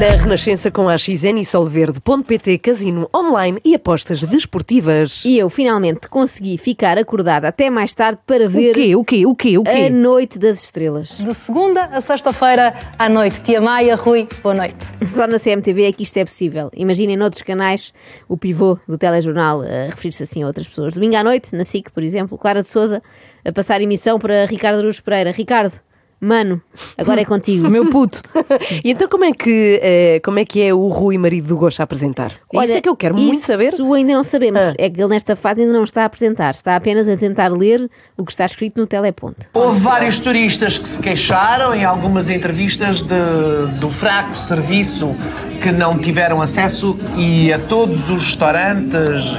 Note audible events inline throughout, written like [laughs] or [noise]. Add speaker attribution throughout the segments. Speaker 1: Na Renascença com a XN e Solverde.pt, casino online e apostas desportivas.
Speaker 2: E eu finalmente consegui ficar acordada até mais tarde para ver
Speaker 1: O quê? O quê? O quê? O
Speaker 2: a
Speaker 1: quê?
Speaker 2: Noite das Estrelas.
Speaker 3: De segunda a sexta-feira à noite. Tia Maia, Rui, boa noite.
Speaker 2: Só na CMTV é que isto é possível. Imaginem noutros canais o pivô do telejornal a referir-se assim a outras pessoas. Domingo à noite, na SIC, por exemplo, Clara de Souza a passar emissão para Ricardo Aruz Pereira. Ricardo, mano, agora é contigo.
Speaker 1: [laughs] Meu puto. e então como é, que, eh, como é que é o Rui, marido do Gosto, a apresentar? isso é que eu quero muito saber.
Speaker 2: Isso ainda não sabemos.
Speaker 1: Ah.
Speaker 2: É que ele nesta fase ainda não está a apresentar. Está apenas a tentar ler o que está escrito no teleponto.
Speaker 4: Houve vários turistas que se queixaram em algumas entrevistas de- do fraco serviço que não tiveram acesso e a todos os restaurantes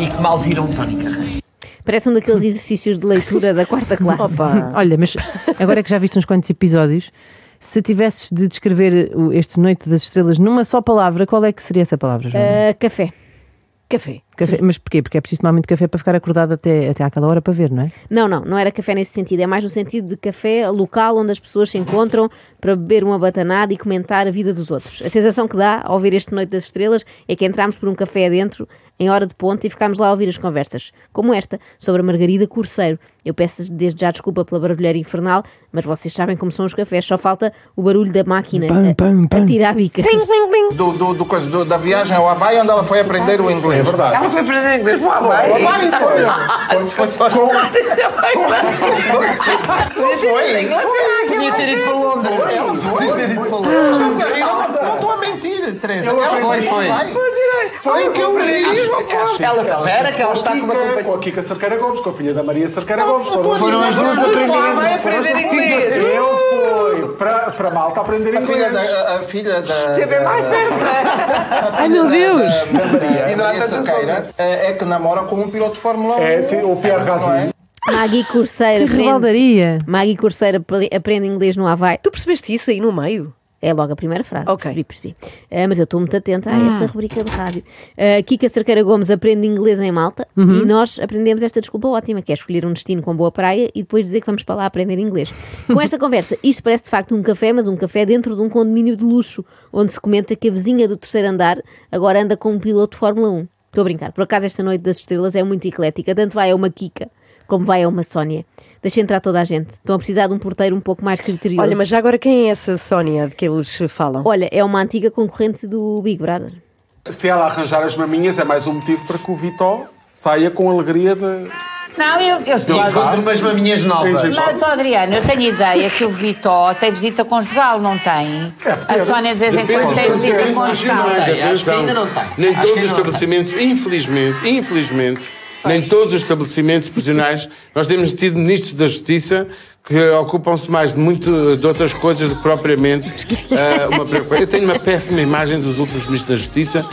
Speaker 4: e que mal viram Tony Carreira.
Speaker 2: Parece um daqueles exercícios de leitura
Speaker 1: [laughs]
Speaker 2: da quarta classe.
Speaker 1: Opa.
Speaker 5: [laughs] Olha, mas agora é que já viste uns quantos episódios, se tivesses de descrever o- este Noite das Estrelas numa só palavra, qual é que seria essa palavra, Joana?
Speaker 2: Ah, café.
Speaker 1: Café.
Speaker 5: Café. Mas porquê? Porque é preciso tomar muito café para ficar acordado até, até àquela hora para ver, não é?
Speaker 2: Não, não, não era café nesse sentido. É mais no sentido de café local onde as pessoas se encontram para beber uma batanada e comentar a vida dos outros. A sensação que dá ao ouvir este Noite das Estrelas é que entramos por um café adentro, em hora de ponta, e ficámos lá a ouvir as conversas, como esta, sobre a Margarida Curseiro. Eu peço desde já desculpa pela barulheira infernal, mas vocês sabem como são os cafés, só falta o barulho da máquina
Speaker 5: Pam,
Speaker 2: a-
Speaker 5: pam, pam.
Speaker 2: a tirar bicas.
Speaker 6: do, do, do coisa- do- da viagem ao Havaí, onde ela foi aprender o inglês. É verdade.
Speaker 4: Ela foi aprender inglês, por
Speaker 6: O
Speaker 4: favor.
Speaker 6: Havaí
Speaker 4: Tá
Speaker 6: foi. Foi, foi, com- Não foi.
Speaker 4: Podia ter ido para Londres.
Speaker 6: Ela foi. Estão-se a rir? Eu não- Não estou a mentir, Teresa. Ela foi,
Speaker 4: foi.
Speaker 6: foi. Foi o que eu vi.
Speaker 4: Ela espera que ela está com uma companhia.
Speaker 7: Com a Kika Cerqueira Gomes, com a filha da Maria Cerqueira Gomes.
Speaker 6: não estou a
Speaker 4: Foram as
Speaker 6: dizer-
Speaker 4: duas a aprender
Speaker 6: Vai
Speaker 4: inglês. Foram as duas-
Speaker 7: Ele foi para, para Malta aprender
Speaker 6: A filha
Speaker 7: inglês.
Speaker 6: da. a- A filha da. da-
Speaker 5: Ai meu Deus!
Speaker 6: da Maria,
Speaker 4: né? E não há
Speaker 6: Maria
Speaker 4: tanta
Speaker 6: Cerqueira, é é que namora com um piloto de Fórmula 1.
Speaker 7: É, sim, o Pierre
Speaker 6: Não é?
Speaker 7: Razzi.
Speaker 2: Maggie Curseiro
Speaker 5: Que
Speaker 2: aprende.
Speaker 5: rebaldaria.
Speaker 2: Maggie Curseiro apre- aprende inglês no Havaí.
Speaker 1: Tu percebeste isso aí no meio?
Speaker 2: É logo a primeira frase,
Speaker 1: Ok.
Speaker 2: percebi, percebi. Ah, mas eu estou muito atenta a esta rubrica de rádio. Ah, Kika Cerqueira Gomes aprende inglês em Malta
Speaker 1: Uhum.
Speaker 2: e nós aprendemos esta desculpa ótima, que é escolher um destino com boa praia e depois dizer que vamos para lá aprender
Speaker 1: [laughs]
Speaker 2: inglês. Com esta conversa, isto parece de facto um café, mas um café dentro de um condomínio de luxo, onde se comenta que a vizinha do terceiro andar agora anda com um piloto de Fórmula 1. Estou a brincar. Por acaso, esta noite das estrelas é muito eclética, tanto vai a uma Kika. Como vai a uma Sónia. Deixa entrar toda a gente. Estão a precisar de um porteiro um pouco mais criterioso.
Speaker 1: Olha, mas já agora quem é essa Sónia de que eles falam?
Speaker 2: Olha, é uma antiga concorrente do Big Brother.
Speaker 7: Se ela arranjar as maminhas, é mais um motivo para que o Vitó saia com alegria de. um
Speaker 8: Não, eu, eu estou.
Speaker 4: E encontro umas maminhas novas.
Speaker 7: Entendi.
Speaker 8: Mas, ó, Adriano, eu tenho ideia que o Vitó tem visita conjugal, não tem?
Speaker 9: É,
Speaker 7: Deve ter.
Speaker 8: A Sónia de vez em quando tem
Speaker 7: Depende.
Speaker 8: visita
Speaker 7: Depende.
Speaker 8: conjugal.
Speaker 4: Tem, acho que
Speaker 9: Atenção,
Speaker 4: ainda não tem.
Speaker 9: Nem
Speaker 4: Acho que
Speaker 9: todos os
Speaker 4: ainda não tem.
Speaker 9: estabelecimentos, infelizmente, infelizmente, nem todos os estabelecimentos prisionais, nós temos tido ministros da Justiça que ocupam-se mais de, muito, de outras coisas do que propriamente ah, uma preocupação. Eu tenho uma péssima imagem dos últimos ministros da Justiça.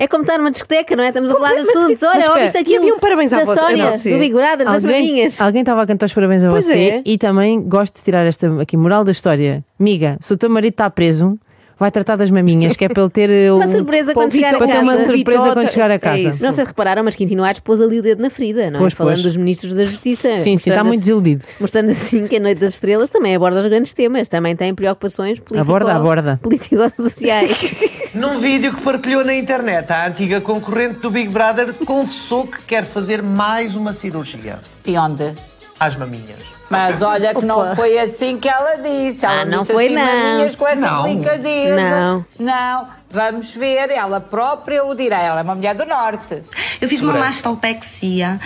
Speaker 2: É como estar numa discoteca, não é? Estamos a falar de
Speaker 1: mas que-
Speaker 2: assuntos.
Speaker 5: mas
Speaker 2: Olha,
Speaker 5: espera,
Speaker 2: ouviste
Speaker 1: e
Speaker 2: aqui
Speaker 1: havia um parabéns à
Speaker 2: da
Speaker 1: voz- a
Speaker 2: Sónia,
Speaker 1: você?
Speaker 2: do Big Brother, das
Speaker 5: Alguém, Ah,
Speaker 2: maminhas.
Speaker 5: alguém estava a cantar os parabéns a
Speaker 1: Pois
Speaker 5: você
Speaker 1: é.
Speaker 5: e também gosto de tirar esta aqui moral da história. Miga, se o teu marido está preso, vai tratar das maminhas, que é para
Speaker 2: [laughs]
Speaker 5: ele ter eh,
Speaker 2: Uma
Speaker 5: um-
Speaker 2: surpresa quando
Speaker 1: Para o
Speaker 2: chegar a
Speaker 1: Vitor-
Speaker 5: para ter
Speaker 2: casa.
Speaker 5: uma
Speaker 1: Vitota.
Speaker 5: surpresa quando chegar a
Speaker 1: É
Speaker 5: casa.
Speaker 1: isso.
Speaker 2: Não sei se repararam, mas Quintino Aires pôs ali o dedo na ferida, não é?
Speaker 5: Pois,
Speaker 2: Falando
Speaker 5: pois.
Speaker 2: dos ministros da Justiça.
Speaker 5: Sim, sim, está
Speaker 2: mostrando
Speaker 5: muito
Speaker 2: assim-
Speaker 5: desiludido.
Speaker 2: Mostrando assim que a Noite das Estrelas também aborda os grandes temas, também tem preocupações político-
Speaker 5: Aborda, aborda.
Speaker 2: político-sociais.
Speaker 4: Num vídeo que partilhou na internet, a antiga concorrente do Big Brother confessou que quer fazer mais uma cirurgia
Speaker 8: Sim, onde?
Speaker 4: às maminhas.
Speaker 8: Mas olha que não foi assim que ela disse. Ela
Speaker 2: Ah, não
Speaker 8: disse
Speaker 2: foi,
Speaker 8: assim,
Speaker 2: não.
Speaker 8: maminhas com essa
Speaker 4: Não.
Speaker 8: delicadeza.
Speaker 2: Não.
Speaker 8: Não. Vamos ver, ela própria o dirá. Ela é uma mulher do Norte.
Speaker 10: Eu fiz uma mastopexia.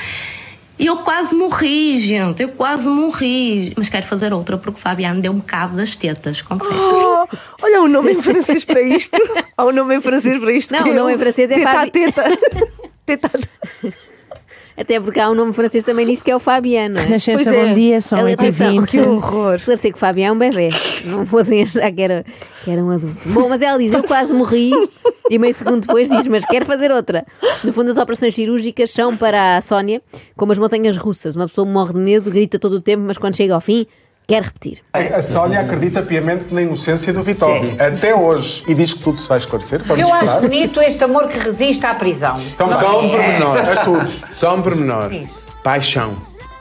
Speaker 10: E eu quase morri, gente. Eu quase morri. Mas quero fazer outra porque o Fabiano deu-me cabo das tetas, confesso.
Speaker 1: Oh, olha, há um nome em francês para isto. Há um nome em francês para isto.
Speaker 2: Não,
Speaker 1: que
Speaker 2: o nome
Speaker 1: eu-
Speaker 2: em francês é
Speaker 1: Teta a [laughs]
Speaker 2: Fabi-
Speaker 1: teta. Teta a teta.
Speaker 2: Até porque há um nome francês também nisto que é o Fabiano. não é?
Speaker 5: Renascença,
Speaker 1: Pois é.
Speaker 5: bom dia, são
Speaker 2: Ela- atenção,
Speaker 5: 8h20.
Speaker 1: que horror.
Speaker 2: Esclarecer que o Fabiano é um bebê. Não fossem achar que era, que era um adulto. Bom, mas ela diz: Eu quase morri. E meio segundo depois diz: Mas quero fazer outra. No fundo, as operações cirúrgicas são para a Sónia como as montanhas russas. Uma pessoa morre de medo, grita todo o tempo, mas quando chega ao fim, quer repetir.
Speaker 7: A Sónia acredita piamente na inocência do Vitó. Até hoje. E diz que tudo se vai esclarecer. Vamos
Speaker 8: Eu acho
Speaker 7: esperar.
Speaker 8: bonito este amor que resiste à prisão.
Speaker 7: Então,
Speaker 6: é.
Speaker 9: Só um
Speaker 7: vai.
Speaker 9: pormenor.
Speaker 7: É tudo.
Speaker 9: Só um pormenor. Paixão.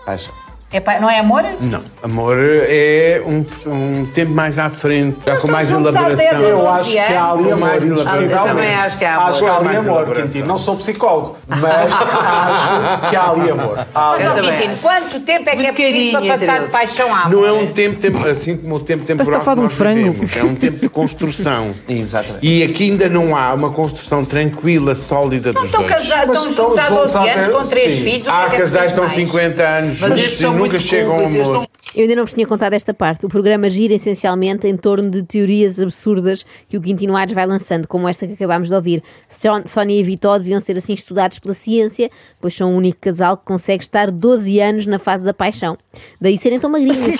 Speaker 9: Paixão.
Speaker 8: É pa- não é amor?
Speaker 9: Não. Amor é um, um tempo mais à frente, já com
Speaker 8: estamos
Speaker 9: mais
Speaker 8: juntos há
Speaker 9: elaboração.
Speaker 8: 10
Speaker 7: Eu
Speaker 8: anos.
Speaker 7: acho que há ali
Speaker 9: Com
Speaker 7: amor,
Speaker 9: mais elaboração.
Speaker 7: indiscutivelmente.
Speaker 9: Também
Speaker 7: Acho que há amor.
Speaker 9: Com
Speaker 7: ali
Speaker 9: mais
Speaker 7: amor,
Speaker 9: elaboração.
Speaker 7: Quintino. Não sou psicólogo,
Speaker 6: [laughs]
Speaker 7: mas acho que há ali amor. Há
Speaker 8: Mas,
Speaker 7: ali
Speaker 8: ó,
Speaker 7: amor.
Speaker 6: também
Speaker 8: Quintino, quanto tempo é que
Speaker 6: Muito
Speaker 8: é preciso para
Speaker 6: carinho,
Speaker 8: passar
Speaker 6: Adriano.
Speaker 8: de paixão à
Speaker 9: Não
Speaker 8: amor?
Speaker 9: é um tempo, tempo- assim como o tempo temporal
Speaker 5: Parece
Speaker 9: que
Speaker 5: a
Speaker 9: nós
Speaker 5: falar de um frango.
Speaker 9: vivemos. É um tempo de construção.
Speaker 6: Exatamente.
Speaker 9: E aqui ainda não há uma construção tranquila, sólida
Speaker 8: Não
Speaker 9: dos
Speaker 8: estão
Speaker 9: dois.
Speaker 8: casados,
Speaker 7: Mas
Speaker 8: estão
Speaker 7: estão
Speaker 8: juntos há
Speaker 7: juntos
Speaker 8: 12
Speaker 7: há
Speaker 8: anos, com
Speaker 7: dez-
Speaker 8: 3
Speaker 7: sim.
Speaker 8: Então, filhos. o que é
Speaker 9: Há
Speaker 8: que é
Speaker 9: casais que estão
Speaker 8: preciso mais?
Speaker 9: 50 anos,
Speaker 6: Mas
Speaker 9: juntos
Speaker 6: eles
Speaker 9: e
Speaker 6: são
Speaker 9: nunca
Speaker 6: muito
Speaker 9: chegam ao
Speaker 6: cúmplices, eles
Speaker 9: amor.
Speaker 6: são
Speaker 2: Eu ainda não vos tinha contado esta parte. O programa gira essencialmente em torno de teorias absurdas que o Quintino Aires vai lançando, como esta que acabámos de ouvir. Son- Sónia e Vitó deviam ser assim estudados pela ciência, pois são o único casal que consegue estar 12 anos na fase da paixão. Daí serem tão magrinhos.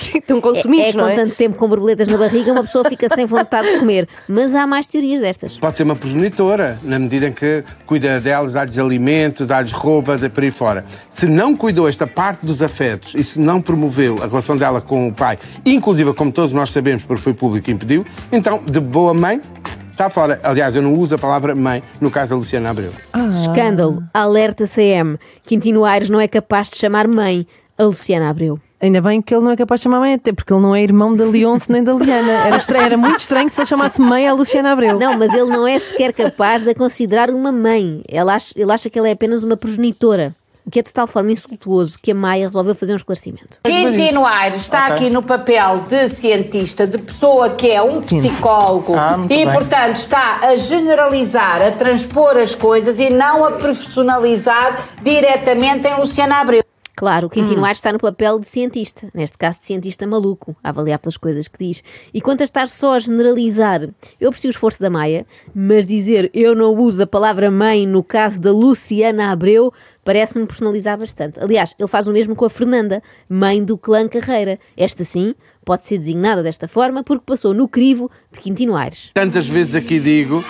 Speaker 1: [laughs] Sim, tão consumidos,
Speaker 2: é, é,
Speaker 1: não é?
Speaker 2: com tanto tempo com borboletas na barriga, uma pessoa fica sem vontade de comer. Mas há mais teorias destas.
Speaker 9: Pode ser uma progenitora, na medida em que cuida delas, dá-lhes alimento, dá-lhes roupa, de por aí fora. Se não cuidou esta parte dos afetos e se não promoveu a relação dela com o pai, inclusive, como todos nós sabemos, porque foi público que impediu, então, de boa mãe, está fora. Aliás, eu não uso a palavra mãe, no caso da Luciana Abreu.
Speaker 1: Ah.
Speaker 2: Escândalo, alerta CM. Quintino Aires não é capaz de chamar mãe a Luciana Abreu.
Speaker 5: Ainda bem que ele não é capaz de chamar mãe, até porque ele não é irmão da Leonce nem da Liana. Era, estranho, era muito estranho se ele chamasse mãe à Luciana Abreu.
Speaker 2: Não, mas ele não é sequer capaz de a considerar uma mãe. Ele acha, ele acha que ela é apenas uma progenitora. O que é de tal forma insultuoso que a Maia resolveu fazer um esclarecimento.
Speaker 8: Quintino Aires está aqui no papel de cientista, de pessoa que é um psicólogo
Speaker 6: Ah, muito
Speaker 8: e,
Speaker 6: bem.
Speaker 8: portanto, está a generalizar, a transpor as coisas e não a profissionalizar diretamente em Luciana Abreu.
Speaker 2: Claro, o Quintino Aires está no papel de cientista, neste caso de cientista maluco, a avaliar pelas coisas que diz. E quanto a estar só a generalizar, eu aprecio o esforço da Maia, mas dizer eu não uso a palavra mãe no caso da Luciana Abreu parece-me personalizar bastante. Aliás, ele faz o mesmo com a Fernanda, mãe do clã Carreira. Esta sim pode ser designada desta forma porque passou no crivo de Quintino Aires.
Speaker 9: Tantas vezes aqui digo,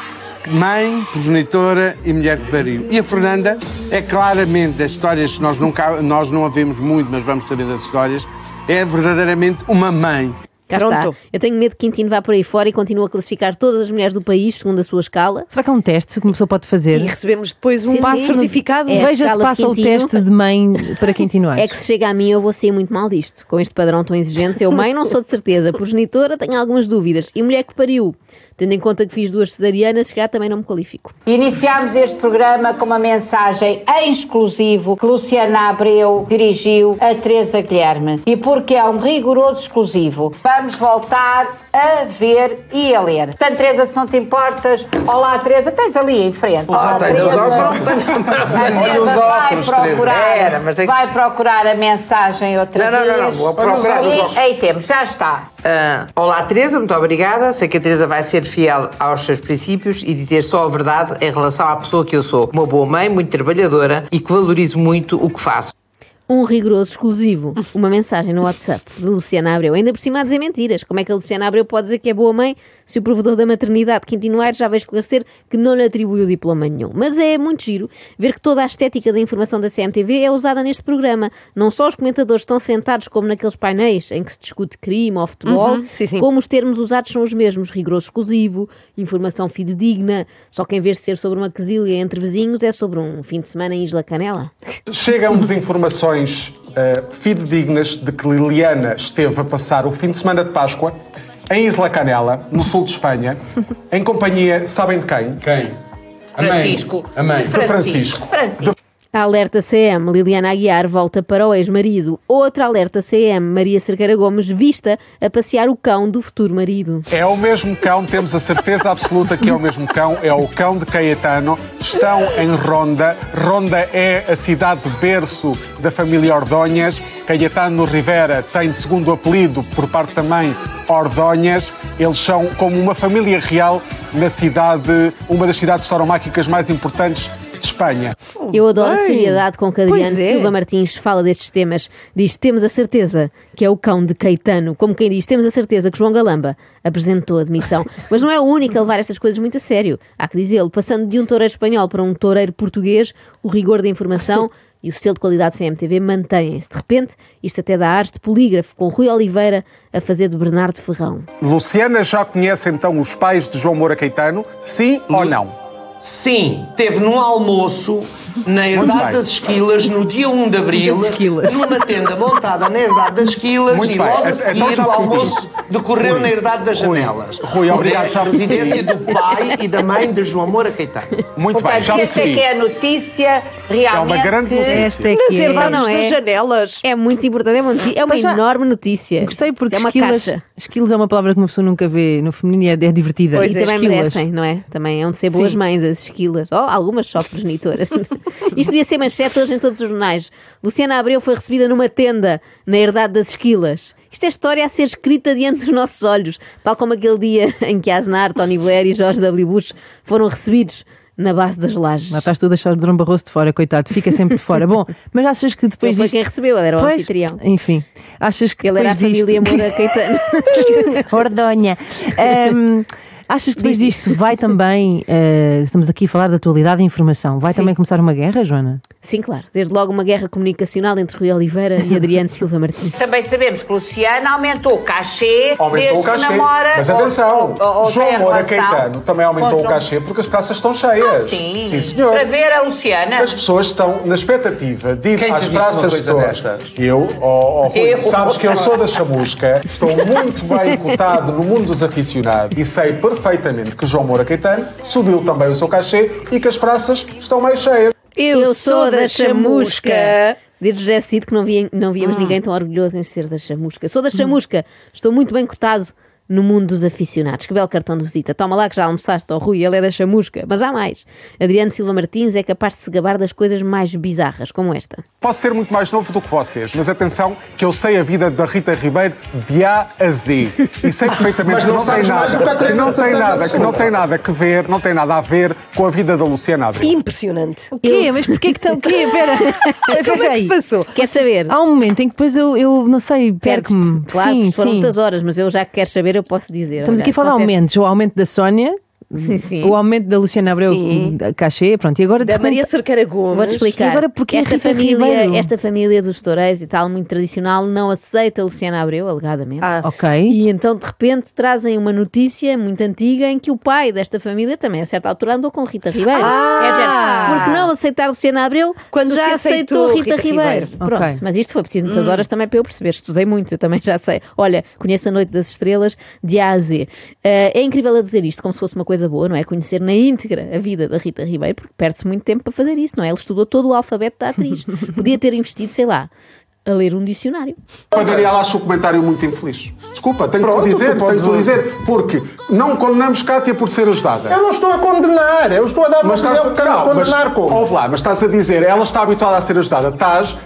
Speaker 9: mãe, progenitora e mulher de É pariu. E a Fernanda é claramente das histórias que nós, nunca, nós não a vemos muito, mas vamos saber das histórias, é verdadeiramente uma mãe.
Speaker 2: Cá
Speaker 1: Pronto.
Speaker 2: está. Eu tenho medo que Quintino vá por aí fora e continue a classificar todas as mulheres do país segundo a sua escala.
Speaker 5: Será que é um teste que uma pessoa pode
Speaker 1: E
Speaker 5: fazer?
Speaker 1: recebemos depois um
Speaker 2: Sim,
Speaker 1: passo
Speaker 2: sim.
Speaker 1: certificado.
Speaker 2: É.
Speaker 1: Veja-
Speaker 5: Veja se
Speaker 2: escala de
Speaker 5: passa o
Speaker 2: Quintino.
Speaker 5: teste de mãe para Quintino Aires.
Speaker 2: É que se chega a mim eu vou sair muito mal disto. Com este padrão tão exigente, eu mãe não sou de certeza. Progenitora tenho algumas dúvidas. E mulher que pariu. Tendo em conta que fiz duas cesarianas, se calhar também não me qualifico.
Speaker 8: Iniciámos este programa com uma mensagem em exclusivo que Luciana Abreu dirigiu a Teresa Guilherme. E porque é um rigoroso exclusivo, vamos voltar a ver e a ler. Portanto, Teresa, se não te importas, olá Teresa, tens ali em frente. Olá,
Speaker 6: tem
Speaker 8: Teresa.
Speaker 6: os óculos.
Speaker 8: A
Speaker 6: Olha os
Speaker 8: Teresa vai
Speaker 6: óculos, Teresa.
Speaker 8: procurar,
Speaker 6: Era, mas tem-
Speaker 8: vai procurar a mensagem outra
Speaker 6: Não, não, não, não,
Speaker 8: vez.
Speaker 6: vou procurar os óculos.
Speaker 8: e, aí temos, já está.
Speaker 6: Ah, olá, Teresa, muito obrigada. Sei que a Teresa vai ser fiel aos seus princípios e dizer só a verdade em relação à pessoa que eu sou. Uma boa mãe, muito trabalhadora e que valorizo muito o que faço.
Speaker 2: Um rigoroso exclusivo. Uma mensagem no WhatsApp de Luciana Abreu. Ainda por cima a dizer mentiras. Como é que a Luciana Abreu pode dizer que é boa mãe se o provedor da maternidade, Quintino Aires, já vai esclarecer que não lhe atribuiu diploma nenhum? Mas é muito giro ver que toda a estética da informação da CMTV é usada neste programa. Não só os comentadores estão sentados como naqueles painéis em que se discute crime ou futebol,
Speaker 1: Uhum. sim, sim.
Speaker 2: como os termos usados são os mesmos, rigoroso exclusivo, informação fidedigna, só que em vez de ser sobre uma quesilha entre vizinhos, é sobre um fim de semana em Isla Canela.
Speaker 7: Chegam-nos informações eh, fidedignas de que Liliana esteve a passar o fim de semana de Páscoa em Isla Canela, no sul de Espanha, em companhia, sabem de quem?
Speaker 9: Quem?
Speaker 8: Francisco.
Speaker 9: Amém.
Speaker 7: Do Francisco.
Speaker 8: Francisco.
Speaker 2: Alerta CM, Liliana Aguiar volta para o ex-marido. Outra alerta CM, Maria Cerqueira Gomes vista a passear o cão do futuro marido.
Speaker 7: É o mesmo cão, temos a certeza absoluta que é o mesmo cão, é o cão de Caetano. Estão em Ronda. Ronda é a cidade de berço da família Ordonhas. Caetano Rivera tem de segundo apelido, por parte da mãe, Ordonhas. Eles são como uma família real na cidade, uma das cidades tauromáquicas mais importantes de Espanha.
Speaker 2: Eu adoro a
Speaker 1: bem.
Speaker 2: seriedade com que Adriano
Speaker 1: Pois é.
Speaker 2: Silva Martins fala destes temas. Diz: temos a certeza que é o cão de Caetano. Como quem diz, temos a certeza que João Galamba apresentou a
Speaker 1: [laughs]
Speaker 2: demissão. Mas não é o único a levar estas coisas muito a sério. Há que dizê-lo: passando de um toureiro espanhol para um toureiro português, o rigor
Speaker 1: [laughs]
Speaker 2: da informação. E o selo de qualidade CMTV mantém-se. De repente, isto até dá ares de polígrafo, com Rui Oliveira a fazer de Bernardo Ferrão.
Speaker 8: Hum.
Speaker 7: Luciana já conhece então os pais de João Moura Caetano? Sim ou não?
Speaker 4: Sim, teve num almoço na Herdade
Speaker 7: bem.
Speaker 4: das Esquilas, no dia 1 de Abril,
Speaker 1: Das Esquilas.
Speaker 4: numa tenda montada na Herdade das Esquilas
Speaker 7: Muito
Speaker 4: e
Speaker 7: bem.
Speaker 4: logo a
Speaker 7: Então
Speaker 4: seguir
Speaker 7: já
Speaker 4: o
Speaker 7: percebi.
Speaker 4: almoço decorreu na Herdade das
Speaker 7: Rui.
Speaker 4: Janelas.
Speaker 7: Rui, obrigado, já percebi.
Speaker 4: residência do pai e da mãe de João Moura Caetano.
Speaker 7: Muito bem,
Speaker 8: Portanto,
Speaker 7: já
Speaker 8: esta é
Speaker 7: percebi.
Speaker 8: que é a notícia realmente.
Speaker 7: É uma grande notícia.
Speaker 5: Esta é
Speaker 1: Nas
Speaker 5: que é.
Speaker 1: herdades
Speaker 2: não é?
Speaker 1: das janelas.
Speaker 2: É muito importante, é uma, noti- é uma
Speaker 5: Mas já-
Speaker 2: enorme notícia.
Speaker 5: Gostei porque
Speaker 2: é uma
Speaker 5: esquilas,
Speaker 2: caixa.
Speaker 5: esquilas é uma palavra que uma pessoa nunca vê no feminino e é, é divertida.
Speaker 2: e também merecem, não é? Também é onde ser boas mães, as esquilas. Oh, algumas só progenitoras.
Speaker 5: [laughs]
Speaker 2: Isto devia ser manchete hoje em todos os jornais. Luciana Abreu foi recebida numa tenda na herdade das esquilas. Isto é história a ser escrita diante dos nossos olhos. Tal como aquele dia em que Aznar, Tony Blair e George W. Bush foram recebidos na base das lajes.
Speaker 5: Lá estás tu a deixar o Drão Barroso de fora, coitado, fica sempre de fora. Bom, mas achas que depois
Speaker 2: Ele foi
Speaker 5: disto-
Speaker 2: quem recebeu, ele era o
Speaker 5: Pois,
Speaker 2: anfitrião.
Speaker 5: Enfim, achas que
Speaker 2: Ele era a
Speaker 5: depois
Speaker 2: família
Speaker 5: disto... [laughs]
Speaker 2: Moura Caetano.
Speaker 5: Ordonha. Ahm, achas que depois disto vai também, eh, estamos aqui a falar da atualidade e informação, vai também começar uma guerra, Joana?
Speaker 2: Sim, claro. Desde logo uma guerra comunicacional entre Rui Oliveira e Adriano Silva Martins.
Speaker 8: Também sabemos que Luciana aumentou o cachê
Speaker 7: Aumentou
Speaker 8: desde
Speaker 7: o cachê.
Speaker 8: que namora.
Speaker 7: Mas
Speaker 8: ou-
Speaker 7: atenção,
Speaker 8: ou- ou
Speaker 7: João
Speaker 8: tem
Speaker 7: Moura
Speaker 8: relação
Speaker 7: Caetano também aumentou
Speaker 8: com
Speaker 7: o
Speaker 8: João- Ah,
Speaker 7: cachê porque as praças estão cheias.
Speaker 8: Sim,
Speaker 7: Sim, senhor.
Speaker 8: Para ver né? a Luciana.
Speaker 7: As pessoas estão na expectativa de ir
Speaker 4: Quem te
Speaker 7: às
Speaker 4: disse uma
Speaker 7: praças
Speaker 4: coisa
Speaker 7: todas.
Speaker 4: dessas?
Speaker 7: Eu, oh, oh, Rui,
Speaker 8: Eu.
Speaker 7: sabes que eu sou da chamusca, estou muito bem cotado no mundo dos aficionados e sei perfeitamente que João Moura Caetano subiu também o seu cachê e que as praças estão mais cheias.
Speaker 2: Desde José Cid que não, vi- não
Speaker 5: Ah.
Speaker 2: víamos ninguém tão orgulhoso em ser da chamusca. Sou da
Speaker 5: Hum.
Speaker 2: chamusca, estou muito bem cotado no mundo dos aficionados. Que belo cartão de visita. Toma lá que já almoçaste ao Rui, ele é da chamusca. Mas há mais. Adriano Silva Martins é capaz de se gabar das coisas mais bizarras, como esta.
Speaker 7: Posso ser muito mais novo do que vocês, mas atenção que eu sei a vida da Rita Ribeiro de A a Z. E sei perfeitamente
Speaker 4: Mas
Speaker 7: que
Speaker 4: não
Speaker 7: não tem
Speaker 4: sabes mais do que há
Speaker 7: nada,
Speaker 4: três
Speaker 7: não
Speaker 4: anos,
Speaker 7: tem
Speaker 4: certeza
Speaker 7: nada, que não
Speaker 4: absoluta.
Speaker 7: tem nada que ver, não tem nada a ver com a vida da Luciana Abreu.
Speaker 1: Impressionante.
Speaker 5: O quê? Mas porquê que estão...
Speaker 1: [laughs]
Speaker 5: O quê? Espera.
Speaker 1: Como é que se passou?
Speaker 2: Quer saber?
Speaker 5: Há um momento em que depois eu, eu não sei, perco-me.
Speaker 2: Perdes-te. Claro,
Speaker 5: sim,
Speaker 2: que foram
Speaker 5: sim.
Speaker 2: muitas horas, mas eu já que quero saber, eu posso dizer.
Speaker 5: Estamos
Speaker 2: Olha,
Speaker 5: aqui a falar de
Speaker 2: acontece-
Speaker 5: aumentos. O aumento da Sónia,
Speaker 2: Sim, sim.
Speaker 5: o aumento da Luciana Abreu,
Speaker 1: Sim.
Speaker 5: da cachê, pronto. E agora de
Speaker 1: Da
Speaker 5: repente-
Speaker 1: Maria Cerqueira Gomes.
Speaker 2: Vou-te explicar.
Speaker 5: E agora porque
Speaker 2: esta
Speaker 5: Rita
Speaker 2: família,
Speaker 5: Ribeiro?
Speaker 2: esta família dos Toureiros e tal, muito tradicional, não aceita Luciana Abreu, alegadamente.
Speaker 1: Ah.
Speaker 5: Ok.
Speaker 2: E então, de repente, trazem uma notícia muito antiga em que o pai desta família também, a certa altura, andou com Rita Ribeiro.
Speaker 1: Ah!
Speaker 2: É género, porque não aceitar Luciana Abreu
Speaker 1: Quando
Speaker 2: se já
Speaker 1: se aceitou
Speaker 2: aceitou Rita,
Speaker 1: Rita
Speaker 2: Ribeiro. Hum.
Speaker 1: Ribeiro.
Speaker 2: Pronto,
Speaker 5: Ok.
Speaker 2: mas isto foi preciso muitas horas também para eu perceber. Estudei muito, eu também já sei. Olha, conheço a Noite das Estrelas de A a Z. Eh, é incrível a dizer isto como se fosse uma coisa boa, não é? Conhecer na íntegra a vida da Rita Ribeiro, porque perde-se muito tempo para fazer isso, não é? Ele estudou todo o alfabeto da [laughs] atriz. Podia ter investido, sei lá, a ler um dicionário.
Speaker 7: A Daniela acho o comentário muito infeliz. Desculpa, tenho que
Speaker 4: Pronto,
Speaker 7: te dizer,
Speaker 4: tu
Speaker 7: tenho
Speaker 4: podes-
Speaker 7: que te dizer, porque não condenamos Cátia por ser ajudada.
Speaker 4: não estou a condenar, eu estou a dar
Speaker 7: Mas estás a, não, mas, ouve lá, mas estás a dizer, ela está habituada a ser ajudada, estás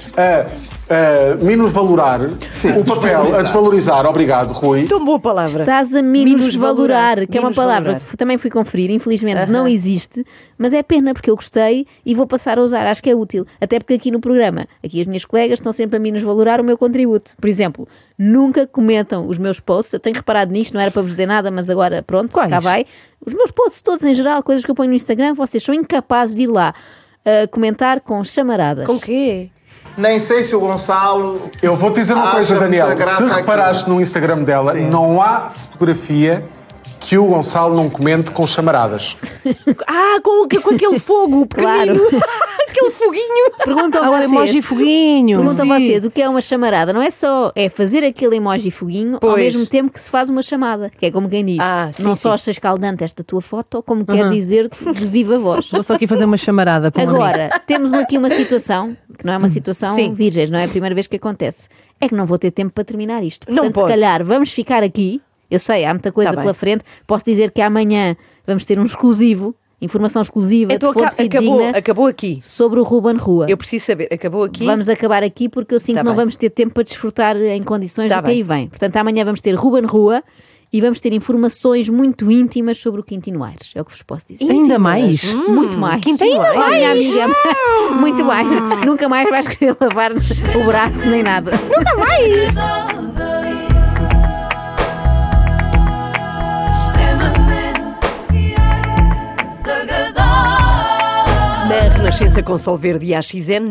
Speaker 7: a, a menosvalorar o papel, a desvalorizar, obrigado, Rui.
Speaker 1: Tão Então, boa palavra.
Speaker 2: Estás a menosvalorar,
Speaker 1: Menosvalorar.
Speaker 2: que é uma palavra que f- também fui conferir, infelizmente não existe, mas é pena porque eu gostei e vou passar a usar, acho que é útil. Até porque aqui no programa, aqui as minhas colegas estão sempre a menosvalorar o meu contributo. Por exemplo, nunca comentam os meus posts, eu tenho reparado nisto, não era para vos dizer nada, mas agora pronto, cá vai. Os meus posts todos em geral, coisas que eu ponho no Instagram, vocês são incapazes de ir lá ah, comentar com chamaradas.
Speaker 1: Com quê?
Speaker 4: Nem sei se o Gonçalo
Speaker 7: Eu vou te dizer uma
Speaker 4: Acha
Speaker 7: coisa,
Speaker 4: muita
Speaker 7: Daniela.
Speaker 4: graça
Speaker 7: Se
Speaker 4: aquilo.
Speaker 7: reparaste no Instagram dela, não há fotografia que o Gonçalo não comente com chamaradas.
Speaker 1: Ah, com, com
Speaker 2: [laughs]
Speaker 1: aquele fogo pequenino.
Speaker 2: Claro.
Speaker 1: [laughs] aquele foguinho.
Speaker 2: Perguntam
Speaker 5: Ah, o
Speaker 2: vocês.
Speaker 5: emoji foguinho.
Speaker 2: Perguntam
Speaker 5: Sim.
Speaker 2: vocês o que é uma chamarada. Não é só é fazer aquele emoji foguinho ao
Speaker 1: Pois.
Speaker 2: mesmo tempo que se faz uma chamada, que é como quem diz.
Speaker 1: Ah, sim,
Speaker 2: não
Speaker 1: sim.
Speaker 2: só achas escaldante esta tua foto, como quer dizer-te de
Speaker 1: [laughs]
Speaker 2: viva voz.
Speaker 5: Vou só aqui fazer uma chamarada para um amigo.
Speaker 2: Agora, temos aqui uma situação, que não é uma situação
Speaker 1: Hum, Sim.
Speaker 2: virgem, não é a primeira vez que acontece. É que não vou ter tempo para terminar isto.
Speaker 1: Não
Speaker 2: Portanto,
Speaker 1: posso.
Speaker 2: se calhar vamos ficar aqui. Eu sei, há muita coisa
Speaker 1: Tá bem.
Speaker 2: pela frente. Posso dizer que amanhã vamos ter um exclusivo, informação exclusiva
Speaker 1: Então
Speaker 2: de fonte
Speaker 1: aca- acabou,
Speaker 2: fidedigna
Speaker 1: acabou aqui.
Speaker 2: sobre o Ruben Rua.
Speaker 1: Eu preciso saber. Acabou aqui.
Speaker 2: Vamos acabar aqui porque eu sinto
Speaker 1: Tá
Speaker 2: que não
Speaker 1: bem.
Speaker 2: vamos ter tempo para desfrutar em condições
Speaker 1: Tá
Speaker 2: do que aí
Speaker 1: bem.
Speaker 2: vem. Portanto, amanhã vamos ter Ruben Rua e vamos ter informações muito íntimas sobre o Quintino Aires. É o que vos posso dizer.
Speaker 5: Ainda mais.
Speaker 1: Hum.
Speaker 2: Muito mais.
Speaker 5: Quintino Ainda Aires.
Speaker 2: Olha, minha amiga, [laughs] muito mais.
Speaker 1: Ah.
Speaker 2: Nunca mais vais querer lavar o braço nem nada.
Speaker 1: Na Renascença com Solverde e AXN.